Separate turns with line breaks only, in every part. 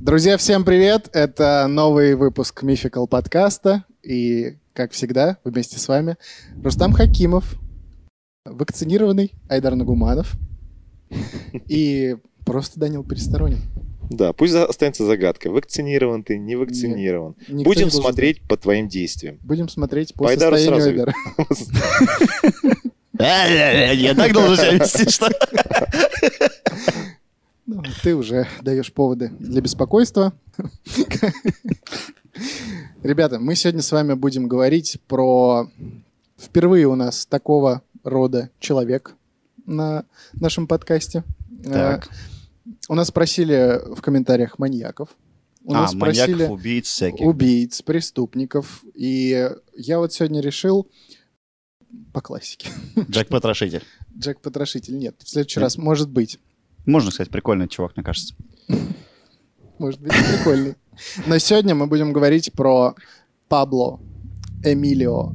Друзья, всем привет! Это новый выпуск Мификал подкаста. И, как всегда, вместе с вами Рустам Хакимов, вакцинированный Айдар Нагуманов и просто Данил Пересторонин.
Да, пусть за- останется загадка. Вакцинирован ты, не вакцинирован.
Никто
Будем
не должен
смотреть по твоим действиям.
знать. Будем смотреть по
По Айдару
состоянию
сразу
Айдара.
Я так должен себя вести, что...
Ну, ты уже даешь поводы для беспокойства. Ребята, мы сегодня с вами будем говорить про впервые у нас такого рода человек на нашем подкасте.
Так.
Э, У нас спросили в комментариях маньяков. У нас
А,
спросили
маньяков, убийц всяких.
убийц, преступников. И я вот сегодня решил по классике.
Джек Потрошитель.
Джек-потрошитель. Нет, в следующий раз, может быть.
Можно, кстати, прикольный чувак, мне кажется.
Может быть, прикольный. Но сегодня мы будем говорить про Пабло Эмилио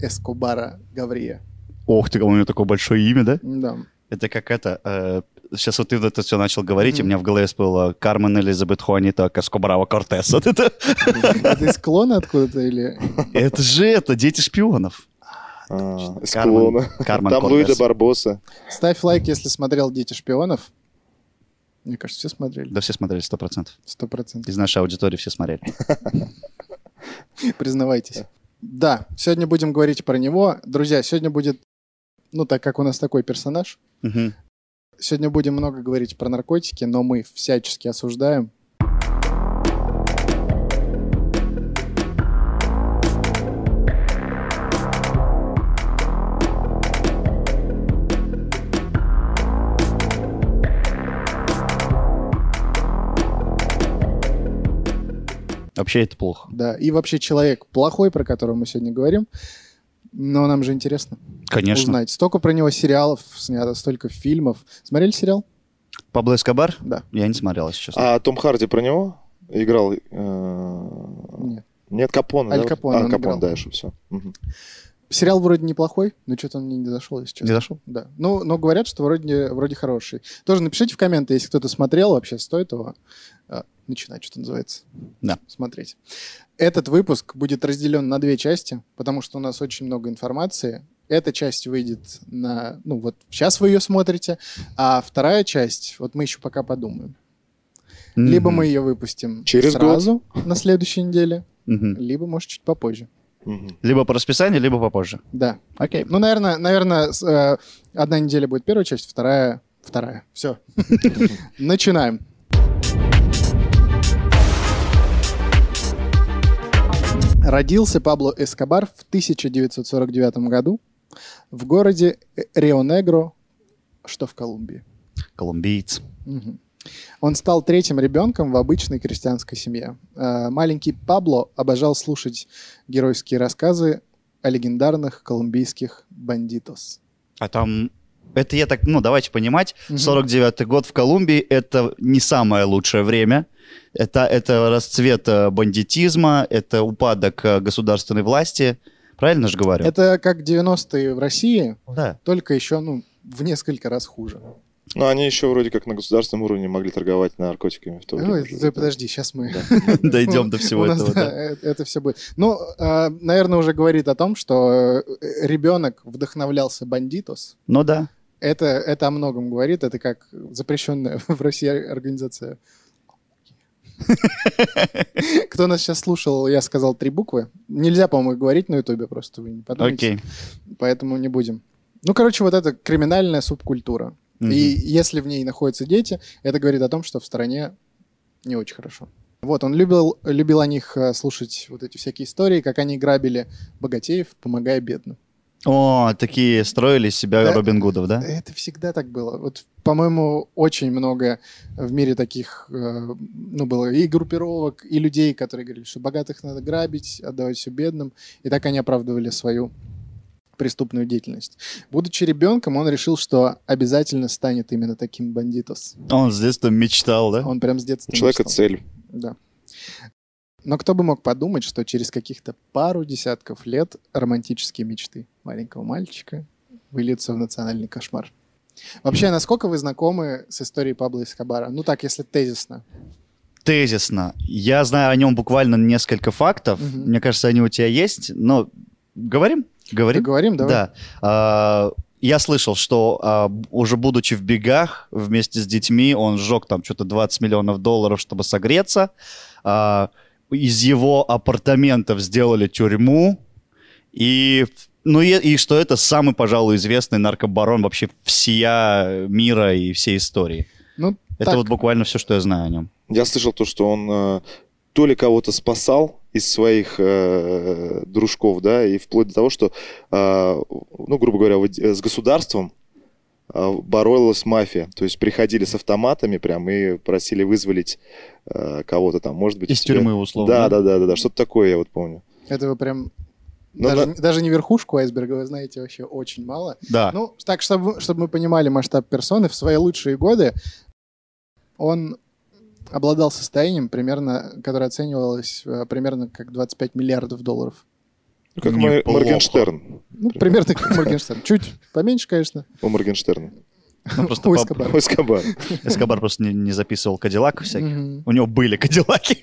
Эскобара Гаврия.
Ох ты, у него такое большое имя, да?
Да.
Это как это... э, Сейчас вот ты вот это все начал говорить, и у
Мгм.
меня в голове всплыло Кармен Элизабет Хуанита Каскобрава Кортес. Вот это...
Это из клона откуда-то или...
Это же это, дети шпионов.
А, Из
Кармен-
клона.
Кармен
Там Луида
Кортес.
Барбоса.
Ставь лайк, если смотрел «Дети шпионов». Мне кажется, все смотрели.
Да все смотрели, сто процентов.
Сто процентов.
Из нашей аудитории все смотрели.
Признавайтесь. Да, сегодня будем говорить про него. Друзья, сегодня будет... Ну, так как у нас такой персонаж,
Мгм.
Сегодня будем много говорить про наркотики, но мы их всячески осуждаем.
Вообще это плохо.
Да, и вообще человек плохой, про которого мы сегодня говорим. Но нам же интересно
Конечно.
узнать. Столько про него сериалов снято, столько фильмов. Смотрели сериал?
Пабло Эскобар?
Да.
Я не смотрел, если честно.
А Том Харди про него играл? э,
Нет.
Нет, Капона.
Аль
да?
Капоне
А,
он играл.
Капон, дальше все.
Сериал вроде неплохой, но что-то он мне не зашел, если честно.
Не зашел?
Да. Ну, но говорят, что вроде, вроде хороший. Тоже напишите в комменты, если кто-то смотрел, вообще стоит его э, начинать, что называется.
Да.
Смотреть. Этот выпуск будет разделен на две части, потому что у нас очень много информации. Эта часть выйдет на... Ну, вот сейчас вы ее смотрите, а вторая часть, вот мы еще пока подумаем. Либо мы ее выпустим
Через год.
сразу на следующей неделе,
Мгм.
либо, может, чуть попозже.
Либо по расписанию, либо попозже.
Да.
Окей.
Ну, наверное, наверное, с- э, одна неделя будет первая часть, вторая, вторая. Все. Начинаем. Родился Пабло Эскобар в 1949 году в городе Рио-Негро, что в Колумбии.
Колумбиец.
Мгм. Он стал третьим ребенком в обычной крестьянской семье. Э, Маленький Пабло обожал слушать геройские рассказы о легендарных колумбийских бандитос.
А там... Это я так, ну, давайте понимать,
Мгм.
49-й год в Колумбии — это не самое лучшее время. Это, это расцвет э, бандитизма, это упадок э, государственной власти. Правильно же говорю?
Это как 90-е в России,
Да.
только еще ну, в несколько раз хуже.
Но Ну, они еще вроде как на государственном уровне могли торговать наркотиками в то время.
Ой,
уже,
ты
да.
Ну, подожди, сейчас мы...
Дойдем до всего
у нас,
этого,
да,
да.
э- Это все будет. Ну, э, наверное, уже говорит о том, что э, ребенок вдохновлялся бандитос.
Ну да.
Это, это о многом говорит. Это как запрещенная в России организация. Кто нас сейчас слушал, я сказал три буквы. Нельзя, по-моему, их говорить на Ютубе, просто вы не подумайте.
Окей.
Поэтому не будем. Ну, короче, вот это криминальная субкультура.
Мгм.
И если в ней находятся дети, это говорит о том, что в стране не очень хорошо. Вот, он любил, любил о них э, слушать вот эти всякие истории, как они грабили богатеев, помогая бедным.
О, такие строили из себя
Да.
Робин Гудов, да?
Это всегда так было. Вот, по-моему, очень много в мире таких, э, ну, было и группировок, и людей, которые говорили, что богатых надо грабить, отдавать все бедным. И так они оправдывали свою преступную деятельность. Будучи ребенком, он решил, что обязательно станет именно таким бандитос.
Он с детства мечтал, да?
Он прям с детства
У человека
мечтал.
цель.
Да. Но кто бы мог подумать, что через каких-то пару десятков лет романтические мечты маленького мальчика выльются в национальный кошмар. Вообще, насколько вы знакомы с историей Пабло Эскобара? Ну так, если тезисно.
тезисно. Я знаю о нем буквально несколько фактов.
Мгм.
Мне кажется, они у тебя есть, но говорим? Говорим?
Поговорим, давай.
Да. А, Я слышал, что а, б- уже будучи в бегах вместе с детьми, он сжег там что-то 20 миллионов долларов, чтобы согреться. А, Из его апартаментов сделали тюрьму. И, ну, и, и что это самый, пожалуй, известный наркобарон вообще всея мира и всей истории.
Ну,
это
так.
вот буквально все, что я знаю о нем.
Я слышал то, что он э, то ли кого-то спасал из своих э, дружков, да, и вплоть до того, что, э, ну, грубо говоря, вот, э, с государством э, боролась мафия. То есть приходили с автоматами прям и просили вызволить э, кого-то там, может быть... у
Из
тебя-
тюрьмы, условно.
Да, да, да, да, да, что-то такое я вот помню.
Это вы прям...
Ну,
даже, даже не верхушку айсберга вы знаете вообще очень мало.
Да.
Ну, так, чтобы, чтобы мы понимали масштаб персоны, в свои лучшие годы он обладал состоянием, примерно, которое оценивалось э, примерно как 25 миллиардов долларов.
Ну, как
неплохо.
Мор- Моргенштерн.
Ну, примерно как Моргенштерн. Чуть поменьше, конечно.
У Моргенштерна.
Ну, просто
Ой,
пап-
скоба.
У Эскобара.
Эскобар просто не, не записывал Кадиллак всяких.
Мгм.
У него были Кадиллаки.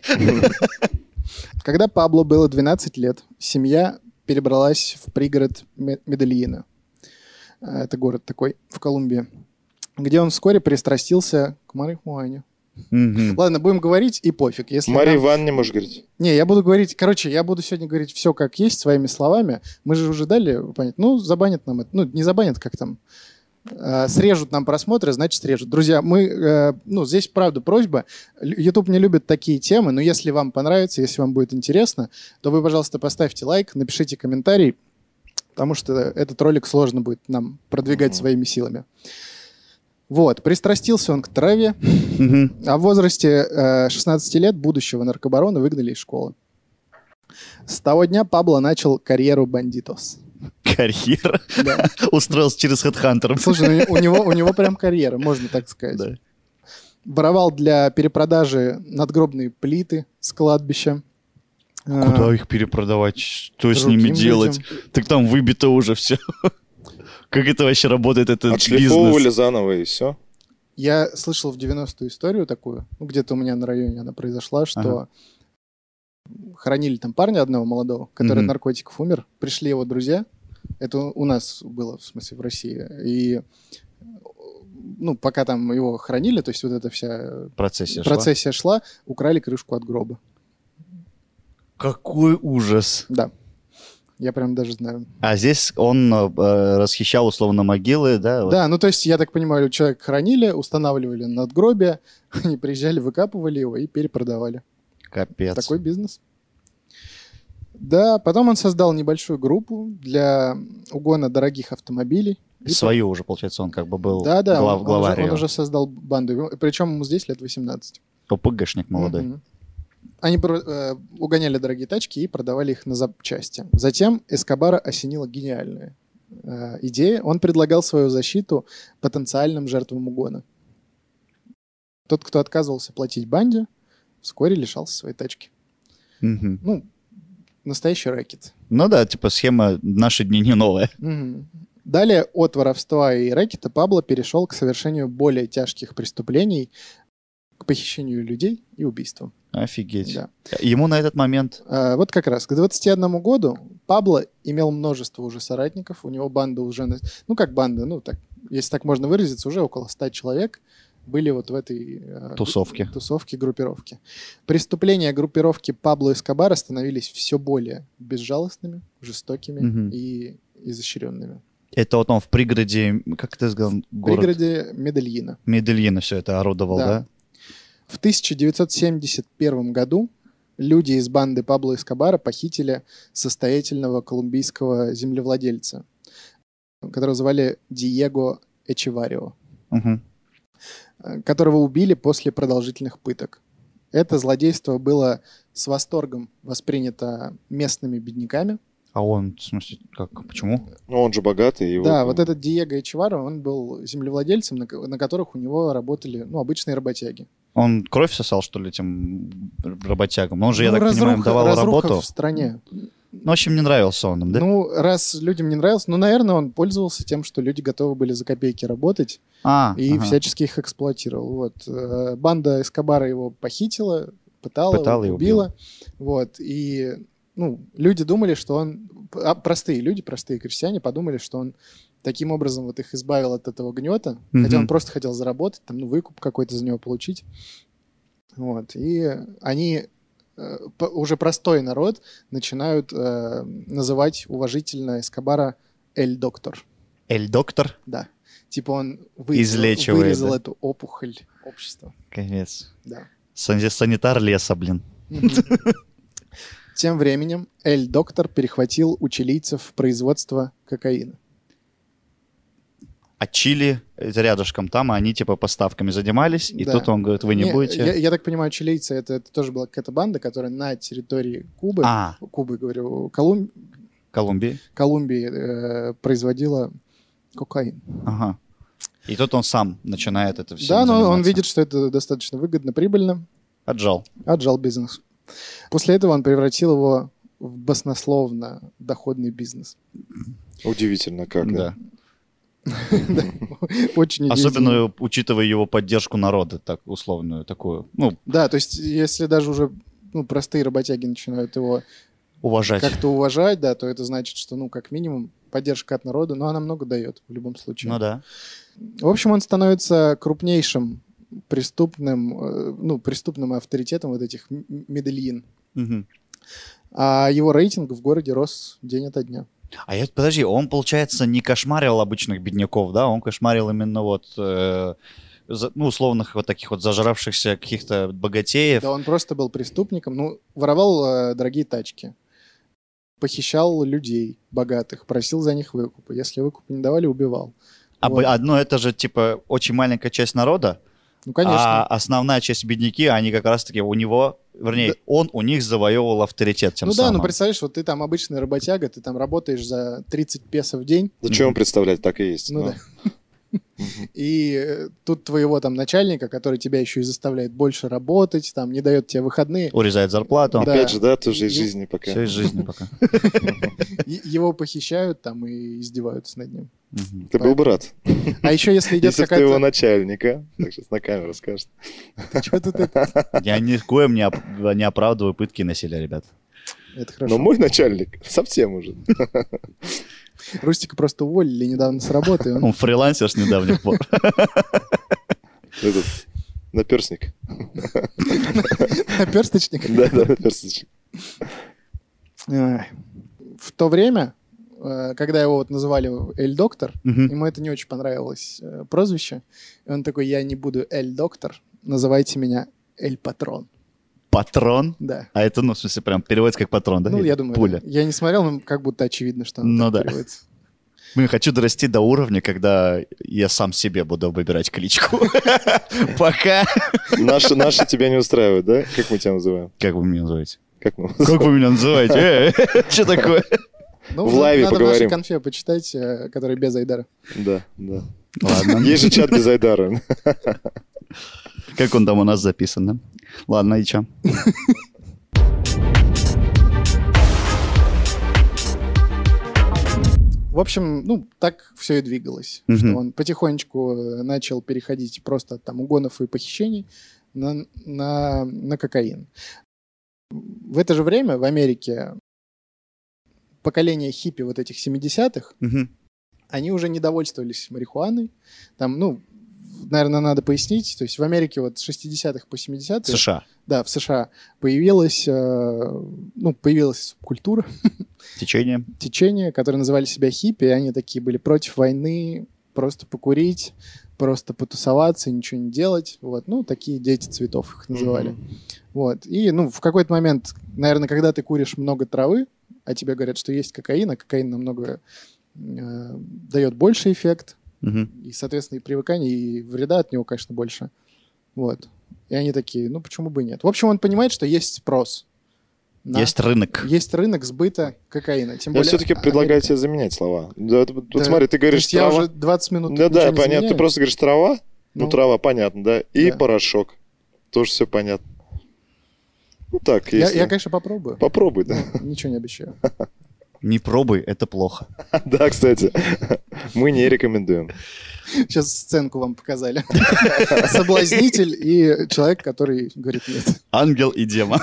Когда Пабло было 12 лет, семья перебралась в пригород Ме- Медельина. Э, Это город такой в Колумбии. Где он вскоре пристрастился к марихуане.
Мгм.
Ладно, будем говорить и пофиг. Если
Мария
нам-
Ивановна, можешь говорить?
Не, я буду говорить... Короче, я буду сегодня говорить все как есть, своими словами. Мы же уже дали понять. Ну, забанят нам это. Ну, не забанят, как там. Э, Срежут нам просмотры, значит, срежут. Друзья, мы... э, Ну, здесь, правда, просьба. Лю- YouTube не любит такие темы, но если вам понравится, если вам будет интересно, то вы, пожалуйста, поставьте лайк, напишите комментарий, потому что этот ролик сложно будет нам продвигать
Мгм.
своими силами. Вот, пристрастился он к траве,
Мгм.
а в возрасте э, 16 лет будущего наркобарона выгнали из школы. С того дня Пабло начал карьеру бандитос.
Карьера.
Да.
Устроился через Хедхантер.
Слушай, ну, у него, у него прям карьера, можно так сказать.
Да.
Воровал для перепродажи надгробные плиты с кладбища. Э,
Куда их перепродавать? Что с
другим
ними
людям.
делать? Так там выбито уже все. Как это вообще работает, этот
Отшлифовывали
бизнес?
заново и все.
Я слышал в 90-ю историю такую, ну, где-то у меня на районе она произошла, что хоронили там парня одного молодого, который от
Мгм.
наркотиков умер. Пришли его друзья, это у нас было, в смысле, в России. И, ну, пока там его хоронили, то есть вот эта вся
Процессия шла.
процессия шла, украли крышку от гроба.
Какой ужас.
Да. Я прям даже знаю.
А здесь он э, расхищал условно могилы, да? вот.
Да, ну то есть, я так понимаю, человек хоронили, устанавливали надгробие, они приезжали, выкапывали его и перепродавали.
Капец.
Такой бизнес. Да, потом он создал небольшую группу для угона дорогих автомобилей. И
Свою уже, получается, он как бы был
Да, да,
глав-
он, он
главарь.
уже, он
его.
уже создал банду. Причем ему здесь лет 18.
ППГшник молодой.
Мгм. Они про- э, угоняли дорогие тачки и продавали их на запчасти. Затем Эскобара осенила гениальная э, идея. Он предлагал свою защиту потенциальным жертвам угона. Тот, кто отказывался платить банде, вскоре лишался своей тачки.
Мгм.
Ну, настоящий рэкет.
Ну да, типа схема «Наши дни не новая».
Мгм. Далее от воровства и рэкета Пабло перешел к совершению более тяжких преступлений, к похищению людей и убийствам.
Офигеть.
Да.
Ему на этот момент...
А, вот как раз, к 21 году Пабло имел множество уже соратников, у него банда уже, на- ну как банда, ну так, если так можно выразиться, уже около 100 человек были вот в этой... э,
Тусовке.
Тусовке, группировки. Преступления группировки Пабло Эскобара становились все более безжалостными, жестокими
Мгм.
и изощренными.
Это вот он в пригороде, как ты сказал,
В
город
пригороде Медельина.
Медельина все это орудовал,
Да.
да?
В 1971 году люди из банды Пабло Эскобара похитили состоятельного колумбийского землевладельца, которого звали Диего Эчеварио,
Мгм.
э, которого убили после продолжительных пыток. Это злодейство было с восторгом воспринято местными бедняками.
А он, в смысле, как, почему?
Ну, он же богатый. и его,
да,
там,
вот этот Диего Эчеваро, он был землевладельцем, на, ко- на которых у него работали ну, обычные работяги.
Он кровь сосал, что ли, этим работягам? Он же, я
Ну,
так понимаю, им
разруха-
давал
разруха
работу.
в стране.
Ну, в общем, не нравился он им, да?
Ну, раз людям не нравился, ну, наверное, он пользовался тем, что люди готовы были за копейки работать
а,
и
ага.
всячески их эксплуатировал. Вот. Э, Банда Эскобара его похитила, пытала,
Пытала и
убила. Вот. И ну, люди думали, что он... а, простые люди, простые крестьяне подумали, что он таким образом вот их избавил от этого гнета,
Мгм.
хотя он просто хотел заработать, там, ну, выкуп какой-то за него получить. Вот. И они э, по- уже простой народ начинают э, называть уважительно Эскобара Эль-доктор.
Эль Доктор.
Да. Типа он вы-
Излечивает,
вырезал
да?
эту опухоль общества.
Конец.
Да.
Сан- Санитар леса, блин.
Мгм. Тем временем Эль-доктор перехватил у чилийцев производство кокаина.
А Чили э, рядышком там, а они типа поставками занимались. И
Да.
тут он говорит, вы не
Не,
будете...
Я, я так понимаю, чилийцы это, это тоже была какая-то банда, которая на территории Кубы,
А,
Кубы, говорю, Колум-
Колумбии.
Колумбии э, производила кокаин.
Ага. И тут он сам начинает это все
да, но он видит, что это достаточно выгодно, прибыльно,
Отжал.
отжал бизнес. После этого он превратил его в баснословно доходный бизнес.
Удивительно как, да.
Да.
Да, Очень удивительно.
Особенно учитывая его поддержку народа, так условную такую. Ну,
Да, то есть если даже уже ну, простые работяги начинают его
уважать.
как-то уважать, да, то это значит, что, ну, как минимум, поддержка от народа, но она много дает в любом случае.
Ну да.
В общем, он становится крупнейшим преступным, э, ну, преступным авторитетом вот этих м- м- медельин.
Мгм.
А его рейтинг в городе рос день ото дня.
А я, подожди, он, получается, не кошмарил обычных бедняков, да? Он кошмарил именно вот, э, за- ну, условных вот таких вот зажравшихся каких-то богатеев.
Да он просто был преступником, ну, воровал э, дорогие тачки, похищал людей богатых, просил за них выкупы. Если выкупы не давали, убивал.
А
вот.
бы- Одно это же, типа, очень маленькая часть народа,
Ну, конечно.
а основная часть бедняки, они как раз-таки у него, вернее, он у них завоевывал авторитет тем
ну
самым.
да, ну представляешь, вот ты там обычный работяга, ты там работаешь за 30 песо в день,
Зачем вам представлять, так и есть.
ну
да.
да. И э, тут твоего там начальника, который тебя еще и заставляет больше работать, там не дает тебе выходные,
Урезает зарплату.
Да.
Опять же, да, тоже из
Ну,
жизни пока.
Все из жизни пока.
е- его похищают там и издеваются над ним.
Мгм.
Ты был бы рад,
А еще если идет
если бы ты
какая-то...
его начальника. Так сейчас на камеру скажет.
Чё тут это?
Я никоим не, оп- не оправдываю пытки и насилия, ребят.
Это хорошо.
Но мой начальник совсем уже.
Рустика просто уволили недавно с работы. и он-
Он Ну, фрилансер с недавних пор.
Этот наперсник.
Наперсточник.
Да, да, наперсник.
Ай. В то время, э, когда его вот называли Эль-доктор,
Мгм.
ему это не очень понравилось э, прозвище. И он такой, я не буду Эль-доктор, называйте меня Эль-патрон.
Патрон.
Да.
А это, ну, в смысле, прям переводится как патрон, да?
Ну,
Или
я думаю,
Пуля.
да. я не смотрел, но как будто очевидно, что оно
Ну
так
да.
переводится.
Блин, хочу дорасти до уровня, когда я сам себе буду выбирать кличку. Пока.
Наши, наши тебя не устраивают, да? Как мы тебя называем?
Как вы меня называете?
Как мы?
Как вы меня называете? Э, Что такое?
Ну,
В лайве
надо в нашей
поговорим.
конфе почитать, э, которая без Айдара.
Да, да.
Ладно.
Есть же чат без Айдара.
Как он там у нас записан, да? Ладно, и чё?
В общем, ну, так все и двигалось.
Мгм.
Что он потихонечку э, начал переходить просто от там угонов и похищений на, на, на кокаин. В это же время в Америке поколение хиппи вот этих 70-х,
Мгм.
они уже не довольствовались марихуаной. Там, ну, наверное, надо пояснить. То есть в Америке вот с 60-х по 70-е...
США.
Да, в США появилась, э, ну, появилась культура,
Течение.
течение, которое называли себя хиппи, и они такие были против войны, просто покурить, просто потусоваться, ничего не делать. Вот, ну, такие дети цветов их называли. Вот. И, ну, в какой-то момент, наверное, когда ты куришь много травы, а тебе говорят, что есть кокаин, а кокаин намного э, дает больше эффект,
Мгм.
и, соответственно, и привыкание, и вреда от него, конечно, больше. Вот. И они такие, ну почему бы и нет? В общем, он понимает, что есть спрос. на-
Есть рынок.
есть рынок сбыта кокаина. Тем
Я
более
все-таки
а-
предлагаю
Америка.
тебе заменять слова. Да, это-
Да,
Вот смотри, ты
То
говоришь
есть я уже
трава.
20 минут
Да,
ничего
да,
не
понятно. Ты
изменяю?
просто говоришь трава, ну
Ну,
трава, понятно, да. И
Да.
порошок. Тоже все понятно. Ну так,
Я,
если...
я, конечно, попробую.
Попробуй, да.
Ну, Ничего не обещаю.
Не пробуй, это плохо.
Да, кстати, мы не рекомендуем.
Сейчас сценку вам показали. Соблазнитель и человек, который говорит нет.
Ангел и демон.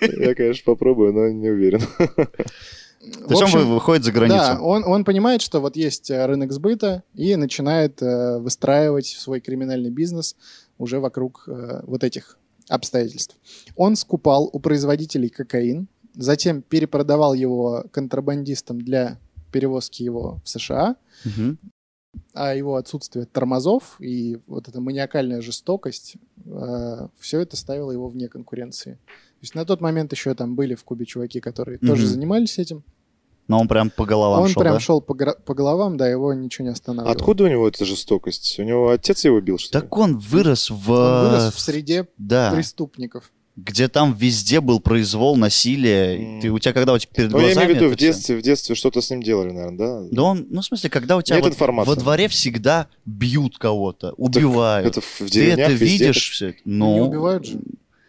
Я, конечно, попробую, но не уверен.
В
Причем
общем,
вы- выходит за
Да,
границу.
он, он понимает, что вот есть э, рынок сбыта и начинает э, выстраивать свой криминальный бизнес уже вокруг э, вот этих обстоятельств. Он скупал у производителей кокаин, затем перепродавал его контрабандистам для перевозки его в США,
Мгм.
а его отсутствие тормозов и вот эта маниакальная жестокость, все это ставило его вне конкуренции. То есть на тот момент еще там были в Кубе чуваки, которые тоже
Мгм.
занимались этим.
Но он прям по головам
он
шел,
прям
да?
шел по, гра- по головам, да, его ничего не останавливало.
Откуда у него эта жестокость? У него отец его бил, что ли?
Так он вырос в... а.
Он вырос в среде
Да,
преступников.
где там везде был произвол, насилие.
М.
и Ты, у тебя когда у тебя перед
Ну, я
глазами...
имею в виду,
это
в
всё?
детстве, в детстве что-то с ним делали, наверное, да?
Да он, ну, в смысле, когда у тебя
Нет
вот
информации.
во дворе всегда бьют кого-то, убивают.
Это в в
Ты
деревнях
это
везде
видишь все.
Ну,
Но...
не убивают же.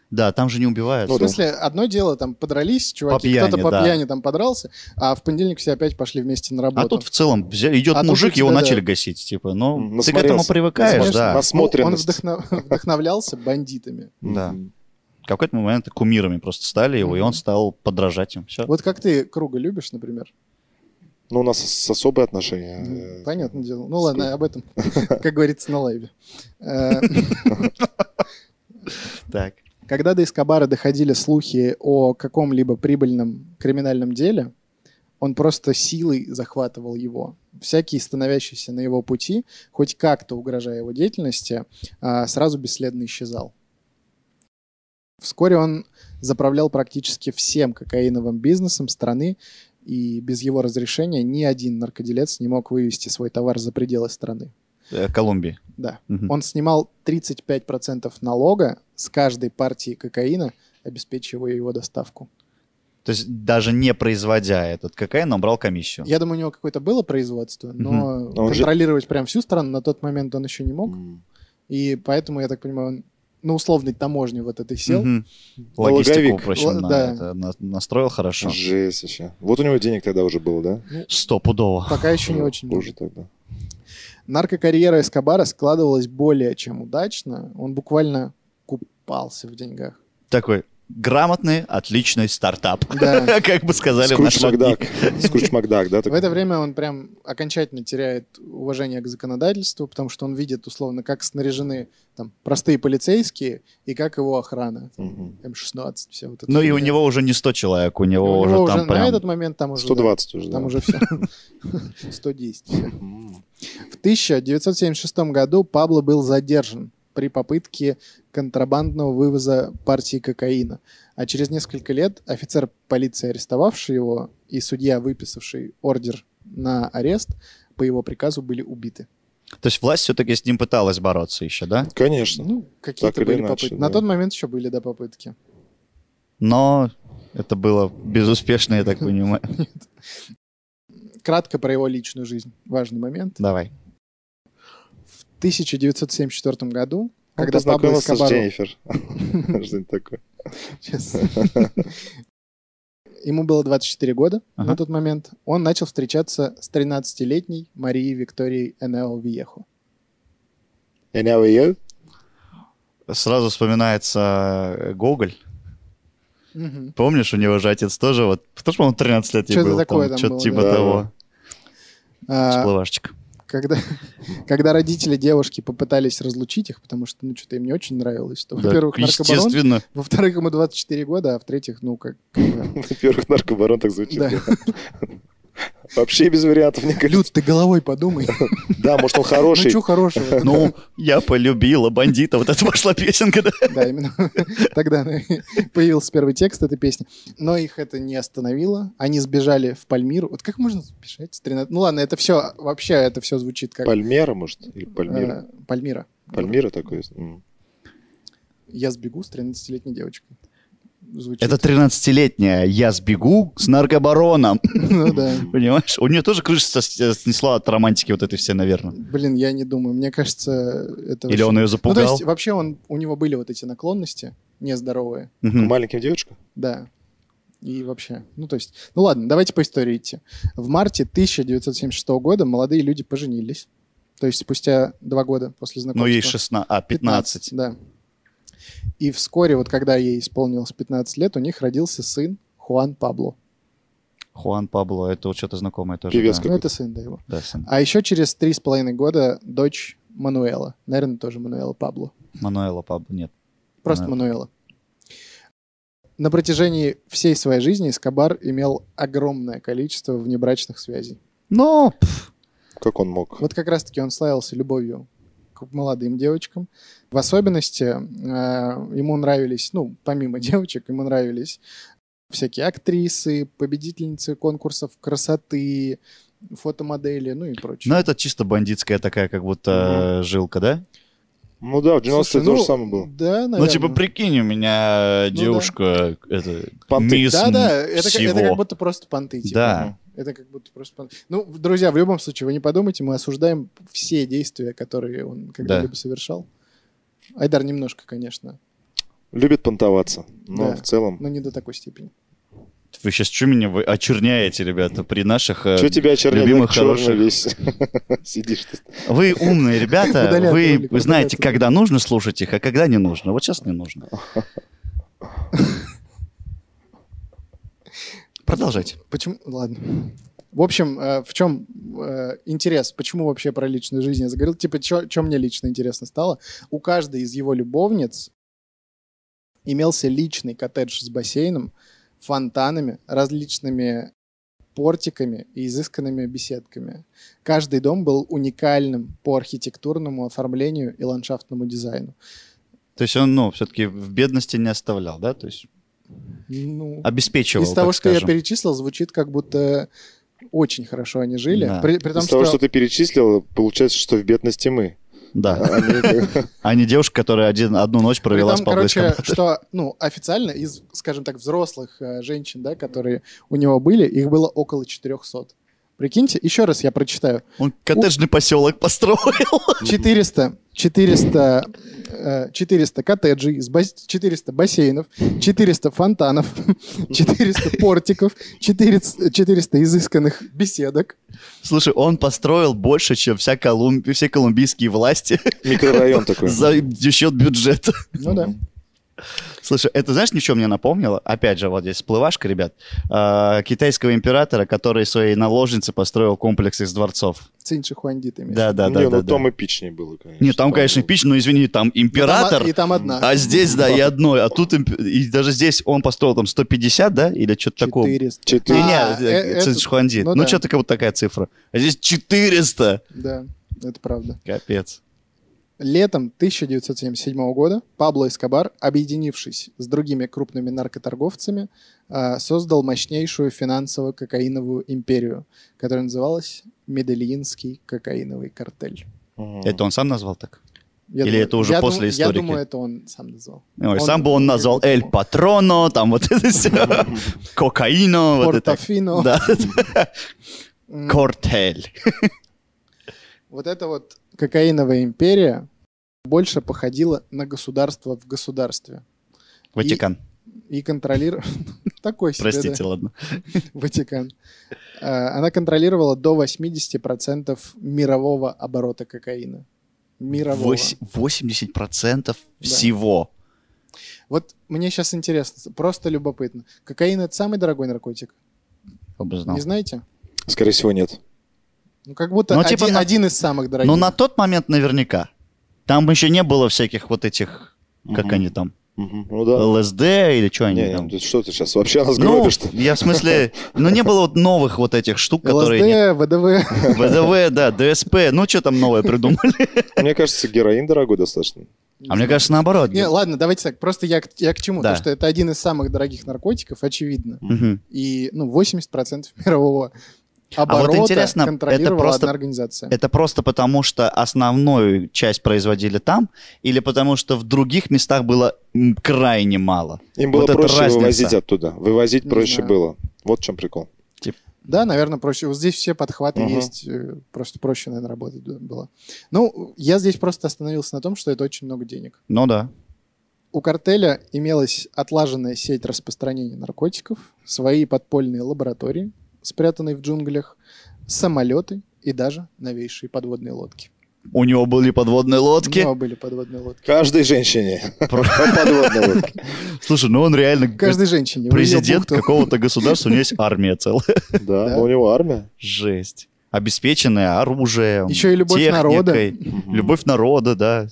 Да, там же не убивают.
Ну
в
да.
смысле, одно дело, там подрались, чуваки,
пьяни,
кто-то по
да.
пьяни там подрался, а в понедельник все опять пошли вместе на работу.
А тут в целом взя- идет
А тут
мужик,
у тебя,
его
да.
начали гасить, типа, ну,
М,
ты к этому
насмотрелся.
привыкаешь,
Конечно.
да.
он
Насмотренность.
вдохно- вдохновлялся бандитами.
Да.
Мгм.
В какой-то момент кумирами просто стали его, и
Мгм.
он стал подражать им. Все.
Вот как ты круга любишь, например?
Ну, у нас с- особые отношения.
Ну,
э,
Понятное дело. Ну
с
ладно, об этом, как говорится, на лайве. Э,
Так.
Когда до Эскобара доходили слухи о каком-либо прибыльном криминальном деле, он просто силой захватывал его. Всякие становящиеся на его пути, хоть как-то угрожая его деятельности, а, сразу бесследно исчезал. Вскоре он заправлял практически всем кокаиновым бизнесом страны, и без его разрешения ни один наркоделец не мог вывести свой товар за пределы страны.
Э, Колумбии.
Да.
Мгм.
Он снимал 35% налога с каждой партии кокаина, обеспечивая его доставку.
То есть даже не производя этот кокаин, он брал комиссию.
Я думаю, у него какое-то было производство, но
Но он же-
контролировать прям всю страну на тот момент он еще не мог.
м.
И поэтому, я так понимаю, он на условной таможне вот этой сел.
Мгм. Логистику,
Налоговик.
в общем,
Л-
на
да.
это на- настроил хорошо.
Жесть вообще. Вот у него денег тогда уже было, да?
Стопудово.
Пока еще не
Ну,
очень.
Позже
много.
тогда.
Наркокарьера Эскобара складывалась более чем удачно. Он буквально купался в деньгах.
Такой грамотный, отличный стартап.
Да.
Как бы сказали в
Скрудж
нашем
Макдак. Скрудж Макдак, да?
В это время он прям окончательно теряет уважение к законодательству, потому что он видит, условно, как снаряжены там простые полицейские и как его охрана.
Мгм.
М16, вся вот эта
Ну и
фигня.
у него уже не 100 человек, у него
у
уже
него
там
уже на
прям...
этот момент там уже... да,
120 уже, да.
там уже все. 110.
М.
В 1976 году Пабло был задержан при попытке контрабандного вывоза партии кокаина. А через несколько лет офицер полиции, арестовавший его, и судья, выписавший ордер на арест, по его приказу были убиты.
То есть власть все-таки с ним пыталась бороться еще, да?
Конечно.
Ну, какие-то
или
были
иначе,
попытки.
да.
На тот момент еще были, да, попытки.
Но это было безуспешно, я так понимаю.
Кратко про его личную жизнь. Важный момент.
Давай.
В 1974 году,
Он
когда Пабло
познакомился с
Эскобару...
Дженнифер. Что-нибудь такое.
Сейчас. Ему было 24 года на
Ага.
тот момент. Он начал встречаться с 13-летней Марией Викторией Энео Виехо.
And now you?
Сразу вспоминается э, Гоголь. Помнишь, у него же отец тоже вот... Потому что он 13 лет ей
Что-то
был.
такое там
Что-то
было,
типа
да.
того.
А,
Всплывашечка.
когда, когда родители девушки попытались разлучить их, потому что, ну, что-то им не очень нравилось, то,
Да,
во-первых, наркобарон,
Естественно.
во-вторых, ему 24 года, а в-третьих, ну, как... как бы,
Во-первых, наркобарон так звучит.
Да.
Вообще без вариантов, мне кажется.
Люд, ты головой подумай.
Да, может, он
Ну,
хороший.
что хорошего?
Ну, я полюбила бандита. Вот это пошла песенка, да?
Да, именно тогда появился первый текст этой песни. Но их это не остановило. Они сбежали в Пальмиру. Вот как можно сбежать с 13? Ну ладно, это все, вообще это все звучит как...
Пальмера, может? Или Пальмира?
э, Пальмира.
Пальмира такой. есть. М.
Я сбегу с 13-летней девочкой. Звучит.
Это 13-летняя. Я сбегу с наркобароном.
Ну да.
Понимаешь? У нее тоже крыша сос- э, снесла от романтики вот этой все, наверное.
Блин, я не думаю. Мне кажется, это...
Или
вообще-
он ее
Ну, то
запугал.
есть, вообще он, у него были вот эти наклонности нездоровые.
К
Мгм.
маленьким девочкам?
Да. И вообще, ну то есть, ну ладно, давайте по истории идти. В марте 1976 года молодые люди поженились. То есть спустя два года после знакомства.
Ну, ей 16, а, 15.
Да. И вскоре, вот когда ей исполнилось 15 лет, у них родился сын Хуан Пабло.
Хуан Пабло, это вот что-то знакомое тоже.
Певец
да.
какой.
Ну это сын, да, его.
Да, сын.
А еще через три с половиной года дочь Мануэла. Наверное, тоже Мануэла Пабло.
Мануэла Пабло, нет.
Просто
Да.
Мануэла. На протяжении всей своей жизни Эскобар имел огромное количество внебрачных связей.
Ну, пф,
Как он мог?
Вот как раз-таки он славился любовью к молодым девочкам. В особенности э, ему нравились, ну, помимо девочек, ему нравились всякие актрисы, победительницы конкурсов красоты, фотомодели, ну и прочее.
ну это чисто бандитская такая, как будто э, жилка, да?
Ну да, в 90-е
Слушай,
то
ну,
же самое было.
Да, наверное.
Ну, типа, прикинь, у меня э,
Ну да.
девушка, это,
Понты.
мисс
Да, да, это, как- это
всего.
как будто просто понты. типа.
Да.
Это как будто просто... пон- Ну, в- друзья, в любом случае, вы не подумайте, мы осуждаем все действия, которые он когда-либо совершал. Айдар немножко, конечно,
Любит понтоваться. Но
Да.
в целом...
но не до такой степени.
Вы сейчас что меня вы очерняете, ребята, при наших...
Ну,
э,
Че тебя черный,
любимых,
черный
хороших.
весь? Сидишь ты.
Вы умные ребята,
Удалят
вы
ролик,
знаете,
удалят.
когда нужно слушать их, а когда не нужно. Вот сейчас не нужно. Продолжайте.
Почему? Ладно. В общем, э, в чем э, интерес? Почему вообще про личную жизнь я заговорил? Типа, чем мне лично интересно стало? У каждой из его любовниц имелся личный коттедж с бассейном, фонтанами, различными портиками и изысканными беседками. Каждый дом был уникальным по архитектурному оформлению и ландшафтному дизайну.
То есть он, ну, все-таки в бедности не оставлял, да? То есть
Ну,
А обеспечивал,
из того,
так
что
скажем.
я перечислил, звучит как будто очень хорошо они жили.
Да.
При, при том,
Из того, что ты перечислил, получается, что в бедности мы.
Да.
Они как-
А не девушка, которая один, одну ночь
При
провела с
том, Ну,
Пабло
короче,
Эскобаром.
что, ну, официально из, скажем так, взрослых э, женщин, да, которые у него были, их было около 400. Прикиньте, еще раз я прочитаю.
Он коттеджный поселок построил.
400, 400, э, 400 коттеджей, с бас- 400 бассейнов, 400 фонтанов, 400 портиков, 400, 400 изысканных беседок.
Слушай, он построил больше, чем вся Колумб... все колумбийские власти
Микрорайон такой.
за счет бюджета.
Ну да.
Слушай, это знаешь, ничего мне напомнило? Опять же, вот здесь всплывашка, ребят. А, Китайского императора, который своей наложнице построил комплекс из дворцов.
Цинчи Хуанди ты имеешь.
Да, да,
Не,
да, да.
ну
да.
там эпичнее было, конечно. ну,
Не, там, конечно,
было.
пич, но извини, там
И Ну, там о-
император.
И там одна.
А здесь, да, и одной. А тут имп- и даже здесь он построил там 150, да? Или что-то такое.
400.
Четыре.
Не,
А,
не,
э,
Цин
это-
Шхуанди.
ну
Ну,
да.
что-то как будто такая цифра. А здесь 400.
Да, это правда.
Капец.
Летом 1977 года Пабло Эскобар, объединившись с другими крупными наркоторговцами, а, создал мощнейшую финансово-кокаиновую империю, которая называлась Медельинский кокаиновый картель.
Мгм.
Это он сам назвал так?
Я
Или это уже
я
после историки?
Я думаю, это он сам назвал.
Ой,
Он-
сам бы он назвал
как бы
Эль
думал.
Патроно, там вот это все. Кокаино, Ну, вот это.
Портофино.
Да.
М,
Кортель.
Вот эта вот кокаиновая империя больше походила на государство в государстве.
Ватикан.
И контролировала... Такой себе, да.
Простите, ладно.
Ватикан. Э, Она контролировала до 80% мирового оборота кокаина. Мирового.
Вось- 80% всего.
Вот мне сейчас интересно, просто любопытно. Кокаин это самый дорогой наркотик.
Кто бы знал.
Не знаете?
Скорее всего, нет.
Ну, как будто
Ну,
оди-
типа
один,
на-
из самых дорогих.
Но на тот момент наверняка. Там еще не было всяких вот этих, как
Мгм.
они там,
Мгм. Ну да.
ЛСД или что
Не,
они
не, ну
там.
ты что ты сейчас вообще нас
Ну,
гробишь?
я в смысле, ну не было вот новых вот этих штук, которые... не-
ЛСД, ВДВ.
ВДВ, да, ДСП, ну что там новое придумали?
Мне кажется, героин дорогой достаточно.
А мне кажется, наоборот.
Не, ладно, давайте так. Просто я, к- я к чему?
Да.
То, что это один из самых дорогих наркотиков, очевидно.
Мгм.
И, ну, 80% мирового оборота
А интересно, это
контролировала
просто-
одна организация.
Это просто потому, что основную часть производили там, или потому, что в других местах было м, крайне мало?
Им было
Вот это
проще
разница.
вывозить оттуда. Вывозить
Не
проще
знаю.
было. Вот в чем прикол.
Да, наверное, проще. Вот здесь все подхваты
Мгм.
есть. э, Просто проще, наверное, работать д- было. Ну, я здесь просто остановился на том, что это очень много денег.
Ну да.
у картеля имелась отлаженная сеть распространения наркотиков, свои подпольные лаборатории, спрятанные в джунглях, самолеты и даже новейшие подводные лодки.
У него были подводные лодки.
У него были подводные лодки.
Каждой женщине
Про-
по подводной лодке.
Слушай, ну он реально
Каждой женщине. в ее
президент
бухту.
какого-то государства, у него есть армия целая.
Да,
Да.
но у него армия.
Жесть. Обеспеченное оружием,
Еще и любовь
техникой.
Мгм.
Любовь народа, да.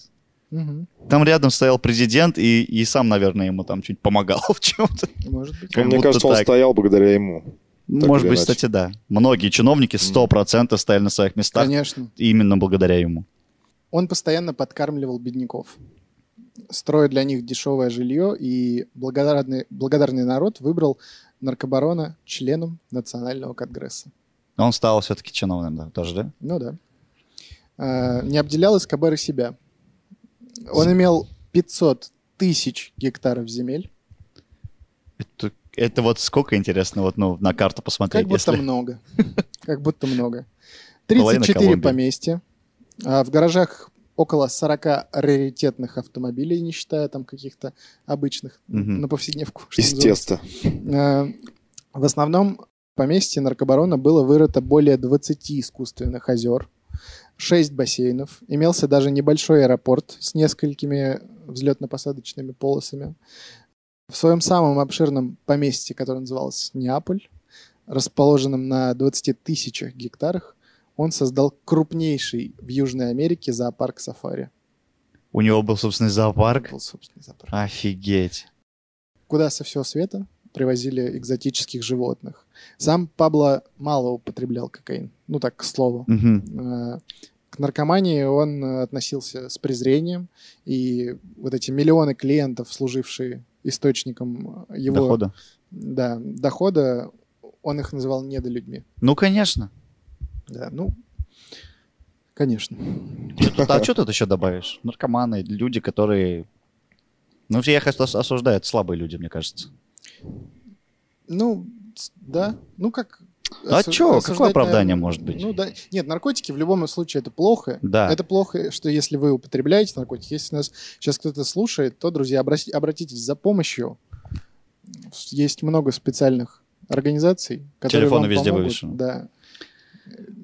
Мгм.
Там рядом стоял президент и, и сам, наверное, ему там чуть помогал в чем-то.
Может быть.
как
Ну, Мне
будто
кажется, он
так.
стоял благодаря ему.
Может
или
быть,
иначе.
кстати, да. Многие чиновники 100% стояли на своих местах
Конечно.
именно благодаря ему.
Он постоянно подкармливал бедняков, строя для них дешевое жилье, и благодарный, благодарный народ выбрал наркобарона членом Национального конгресса.
Он стал все-таки чиновным, да, тоже, да?
Ну да. Э, Не обделял Эскобар и себя. Он имел 500 тысяч гектаров земель,
Это, это вот сколько, интересно, вот ну, на карту посмотреть,
как будто
если...
много. Как будто много.
Половина
34
Колумбии.
поместья. А В гаражах около 40 раритетных автомобилей, не считая там каких-то обычных
Мгм.
на повседневку. что
Из
называется.
теста.
Э, В основном в поместье наркобарона было вырыто более 20 искусственных озер, 6 бассейнов, имелся даже небольшой аэропорт с несколькими взлетно-посадочными полосами. В своем самом обширном поместье, которое называлось Неаполь, расположенном на 20 тысячах гектарах, он создал крупнейший в Южной Америке зоопарк сафари.
У него был собственный зоопарк.
Был собственный зоопарк.
Офигеть.
куда со всего света привозили экзотических животных. Сам Пабло мало употреблял кокаин, ну так, к слову.
Мгм.
Э, К наркомании он э, относился с презрением, и вот эти миллионы клиентов, служившие источником его
Дохода.
да, дохода, он их называл недолюдьми.
Ну, конечно.
Да, ну, конечно.
Чё тут- А что тут еще добавишь? Наркоманы, люди, которые... Ну, всех ос- осуждают, слабые люди, мне кажется.
Ну, с- да. Ну как?
А
осу-
чё? Какое
осуждать,
оправдание может быть?
Ну да. Нет, наркотики в любом случае это плохо.
Да.
Это плохо, что если вы употребляете наркотики. Если нас сейчас кто-то слушает, то, друзья, обра- обратитесь за помощью. Есть много специальных организаций, которые
Телефоны
вам
везде
помогут.
вывешены.
Да.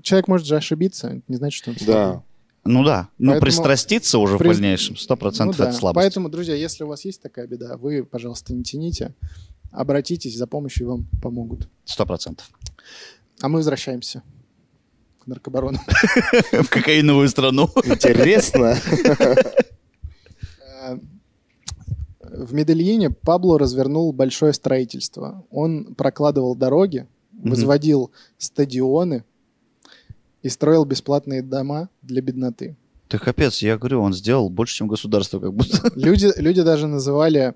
Человек может же ошибиться, не значит, что он
Да.
Ну да. Ну,
Поэтому-
пристраститься уже
При-
в дальнейшем 100%
Ну да.
это слабость.
Поэтому, друзья, если у вас есть такая беда, вы, пожалуйста, не тяните, обратитесь за помощью, и вам помогут.
100%.
А мы возвращаемся к наркобарону.
В кокаиновую страну.
Интересно.
Э, В Медельине Пабло развернул большое строительство. Он прокладывал дороги,
Мгм.
возводил стадионы и строил бесплатные дома для бедноты.
Ты капец, я говорю, он сделал больше, чем государство, как будто.
Люди, люди даже называли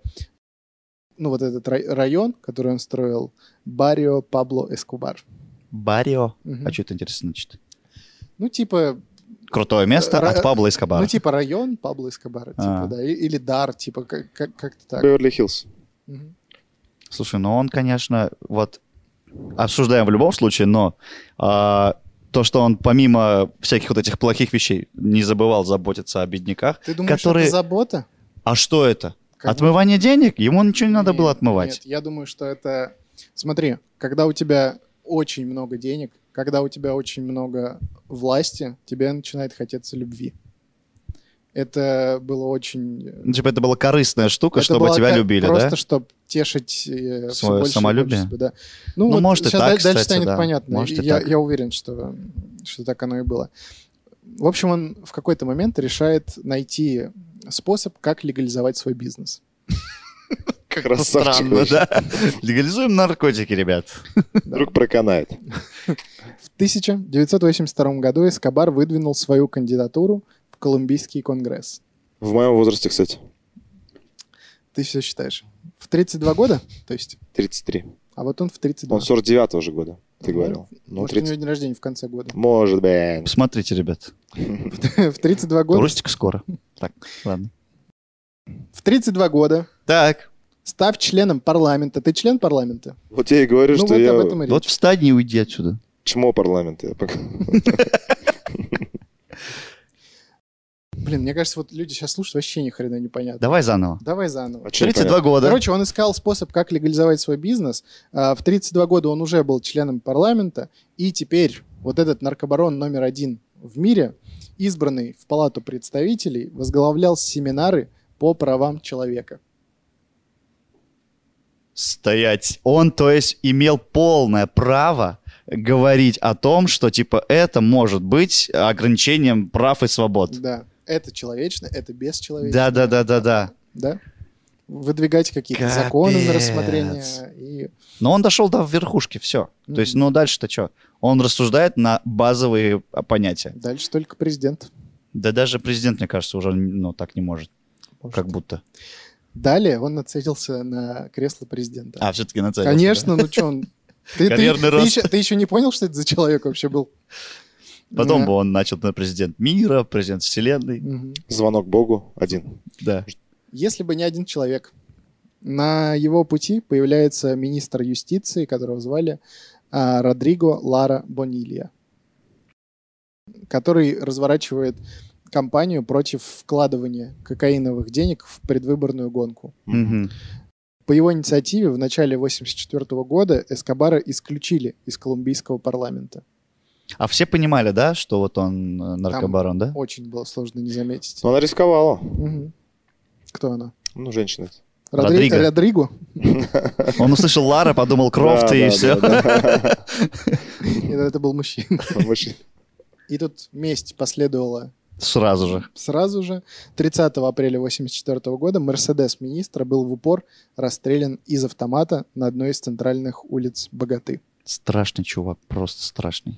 ну, вот этот рай- район, который он строил, Барио Пабло Эскобар.
Барио.
Мгм.
А что это интересно значит?
Ну, типа,
Крутое место
Ра-
от Пабло Эскобара.
ну, типа район Пабло Эскобара, типа,
А. Э,
да, и- или дар, типа, как- как- как-то так.
Беверли-Хиллз.
Мгм.
Слушай, ну он, конечно, вот обсуждаем в любом случае, но а, то, что он помимо всяких вот этих плохих вещей не забывал заботиться о бедняках.
Ты думаешь,
Которые-
это забота?
А что это?
Как бы-
Отмывание денег? Ему ничего не надо
Нет,
было отмывать.
Нет, я думаю, что это... Смотри, когда у тебя очень много денег, когда у тебя очень много власти, тебе начинает хотеться любви. Это было очень...
Ну, типа это была корыстная штука,
это
чтобы
была
тебя
ка-
любили,
Просто,
да?
чтобы тешить э, всё
Своё
больше и
самолюбие?
больше себя, да. Ну,
Ну,
вот
может, и
щас
так,
даль- дальше
кстати,
станет
да.
понятно.
Может, и
я,
так.
я уверен, что, что так оно и было. В общем, он в какой-то момент решает найти способ, как легализовать свой бизнес.
Красавчик
Странно,
вообще.
да? Легализуем наркотики, ребят.
Вдруг проканает.
В 1982 году Эскобар выдвинул свою кандидатуру в Колумбийский конгресс.
В моем возрасте, кстати,
Ты все считаешь? В 32 года? То есть,
33.
а вот он в 32.
Он 49-го же года, ты
Ну,
говорил. Ну,
Может, у
30.
него день рождения в конце года.
Может быть.
Смотрите, ребят.
В 32 года,
Рустик скоро. Так, ладно.
в 32 года
Так,
став членом парламента. Ты член парламента?
Вот я и говорю,
ну
что
вот
я
об этом и
вот
речь.
встань и уйди отсюда.
чмо парламента. Я пока-
Блин, мне кажется, вот люди сейчас слушают, вообще ни хрена непонятно.
Давай заново.
Давай заново.
А чё
32 года.
Короче, он искал способ, как легализовать свой бизнес. А, В 32 года он уже был членом парламента, и теперь вот этот наркобарон номер один в мире, избранный в Палату представителей, возглавлял семинары по правам человека.
Стоять. Он, то есть, имел полное право говорить о том, что, типа, это может быть ограничением прав и свобод.
Да. Это человечно, это бесчеловечно.
Да-да-да-да-да.
Да? Выдвигать какие-то законы на
Капец.
рассмотрение. И...
Но он дошел до верхушки, все. То есть,
Мгм.
ну, дальше-то что? Он рассуждает на базовые а, понятия.
Дальше только президент.
Да даже президент, мне кажется, уже, ну, так не может.
может.
Как будто.
Далее он нацелился на кресло президента.
А, все-таки нацелился.
Конечно, ну что он... Ты, ты-
Карьерный
ты
рост.
еще, ты еще не понял, что это за человек вообще был?
да. Потом
Да.
бы он начал, на президент мира, президент вселенной.
Мгм.
Звонок Богу один.
Да.
Если бы не один человек, на его пути появляется министр юстиции, которого звали а, Родриго Лара Бонилья, который разворачивает кампанию против вкладывания кокаиновых денег в предвыборную гонку.
Мгм.
По его инициативе в начале 1984 года Эскобара исключили из колумбийского парламента.
А все понимали, да, что вот он э, наркобарон, да?
Очень было сложно не заметить.
Но она рисковала.
Мгм. Кто она?
Ну, женщина.
Родри-
Родриго.
Родриго?
Он услышал Лара, подумал Крофт
Да,
и
да,
все.
да,
Нет, это был мужчина.
да. Мышь.
И тут месть последовала
Сразу же.
сразу же. 30 апреля 1984 года Мерседес министра был в упор расстрелян из автомата на одной из центральных улиц Богаты.
Страшный чувак, просто страшный.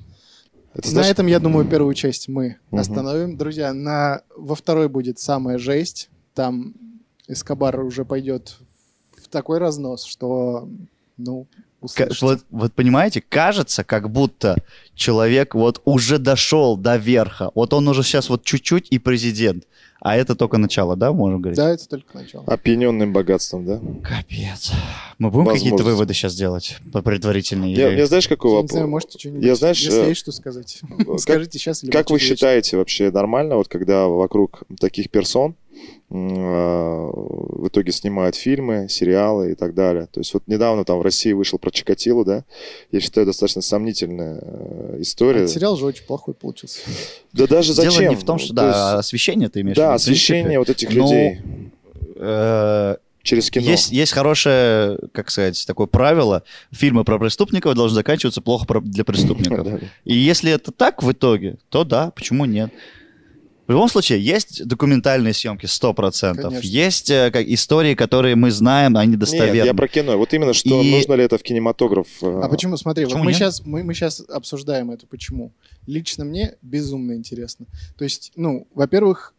Это
на
знаешь,
этом, я думаю, первую часть мы
Мгм.
остановим. Друзья, на... во второй будет самая жесть. Там Эскобар уже пойдет в такой разнос, что, ну,
Ка-
услышите.
вот, вот понимаете, кажется, как будто человек вот уже дошел до верха. Вот он уже сейчас вот чуть-чуть и президент. А это только начало, да, можно говорить?
Да, это только начало.
опьяненным богатством, да?
Капец. Мы будем какие-то
Возможность.
выводы сейчас делать по- предварительные?
Я,
или-
мне знаешь, какой
Я не знаю,
вопрос?
можете что-нибудь,
Я, знаешь,
если
э,
есть что сказать.
Как
Скажите сейчас или
Как вы
будете вечером.
считаете вообще нормально, вот когда вокруг таких персон м, э, в итоге снимают фильмы, сериалы и так далее? То есть вот недавно там в России вышел про Чикатило, да? Я считаю, достаточно сомнительная э, история.
Этот сериал же очень плохой получился.
Да даже
Дело
зачем?
не в том, что,
То
да,
есть,
освещение ты имеешь в
да,
виду, в принципе.
освещение вот этих
Ну,
людей
Э,
через кино.
Есть, есть хорошее, как сказать, такое правило. Фильмы про преступников должны заканчиваться плохо про- для преступников.
Да.
И если это так в итоге, то да, почему нет? В любом случае, есть документальные съемки 100%.
Конечно.
Есть э, как, истории, которые мы знаем, они достоверны.
Нет, я про кино. Вот именно, что
И-
нужно ли это в кинематограф? э,
А почему? Смотри, вот
почему
мы
нет?
сейчас мы, мы сейчас обсуждаем это. Почему? Лично мне безумно интересно. То есть, ну, во-первых,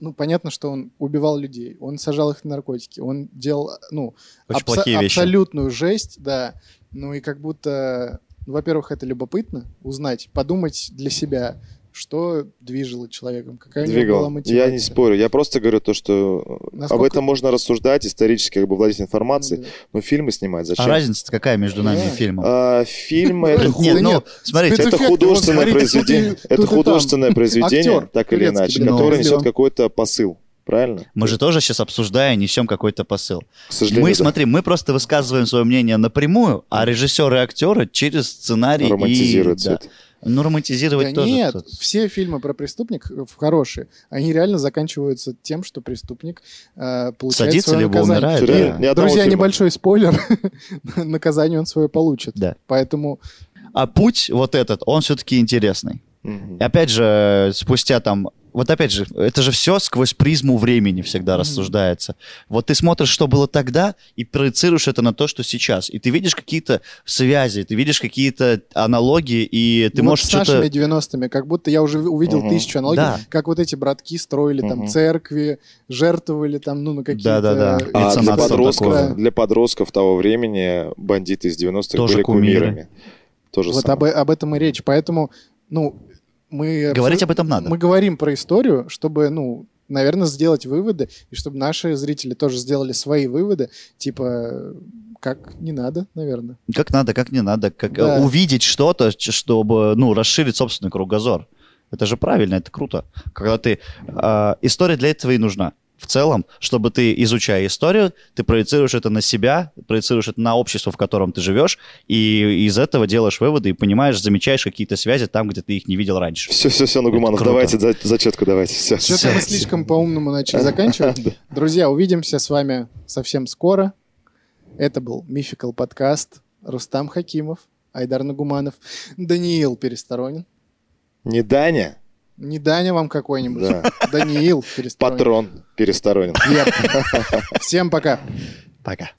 ну понятно, что он убивал людей, он сажал их на наркотики, он делал, ну,
Очень
абсо-
плохие вещи.
абсолютную жесть, да. Ну и как будто, ну, во-первых, это любопытно узнать, подумать для себя, что движило человеком, какая у него была
Двигал.
мотивация.
Я не спорю. Я просто говорю то, что э, об
Насколько-
этом можно рассуждать, исторически как бы владеть
Ну
информацией.
да.
Но фильмы снимать
А
зачем?
разница какая между нами и
Да.
фильмом?
А, фильмы
Блин,
это,
да
ху-
Нет,
хуй-
ну,
нет.
смотрите,
Спецэффекты,
это художественное
вот смотрите, тут и-
произведение.
тут и
это
там.
художественное произведение,
Актер
так или
турецкий,
иначе,
блин, ну,
которое
Иван.
несет какой-то посыл. Правильно?
мы же тоже сейчас обсуждая, несем какой-то посыл.
К сожалению,
мы,
да.
смотри, мы просто высказываем свое мнение напрямую, а режиссеры и актеры через сценарий
романтизирует
и...
всё
да.
это.
Ну, романтизировать
Да
тоже.
нет,
тут.
все фильмы про преступников хорошие. Они реально заканчиваются тем, что преступник э, получает
Садится
свое
либо
наказание.
умирает,
И,
Всё реально, ни одного
друзья,
фильма.
небольшой спойлер. наказание он свое получит.
Да.
Поэтому
А путь вот этот, он все-таки интересный.
Мгм.
И опять же, спустя там... Вот опять же, это же все сквозь призму времени всегда
Мгм.
рассуждается. Вот ты смотришь, что было тогда, и проецируешь это на то, что сейчас. И ты видишь какие-то связи, ты видишь какие-то аналогии, и ты
ну, вот
можешь
с
что-то...
нашими 90-ми, как будто я уже увидел
Мгм.
тысячу аналогий,
Да.
как вот эти братки строили там
Мгм.
церкви, жертвовали там, ну, на какие-то...
Да-да-да.
э,
А
лица
для
над всем
такое.
подростков, для подростков того времени бандиты из 90-х
Тоже
были
кумиры.
кумирами. То же
Вот об,
самое.
об этом и речь. Поэтому, ну, мы... абсолют-
Говорить об этом надо.
Мы говорим про историю, чтобы, ну, наверное, сделать выводы, и чтобы наши зрители тоже сделали свои выводы, типа, как не надо, наверное.
Как надо, как не надо, как э,
Да.
увидеть что-то, ч- чтобы, ну, расширить собственный кругозор. Это же правильно, это круто. Когда ты... а, история для этого и нужна. В целом, чтобы ты, изучая историю, ты проецируешь это на себя, проецируешь это на общество, в котором ты живешь, и из этого делаешь выводы и понимаешь, замечаешь какие-то связи там, где ты их не видел раньше.
Все, все, все, Нагуманов,
круто.
давайте за- зачетку давайте. Все.
Что-то мы слишком по-умному начали заканчивать. Друзья, увидимся с вами совсем скоро. Это был Мификал подкаст. Рустам Хакимов, Айдар Нагуманов, Даниил Пересторонин.
Не Даня,
Не Даня вам какой-нибудь.
да.
Даниил Пересторонин.
Патрон пересторонен.
Yep. Всем пока.
Пока.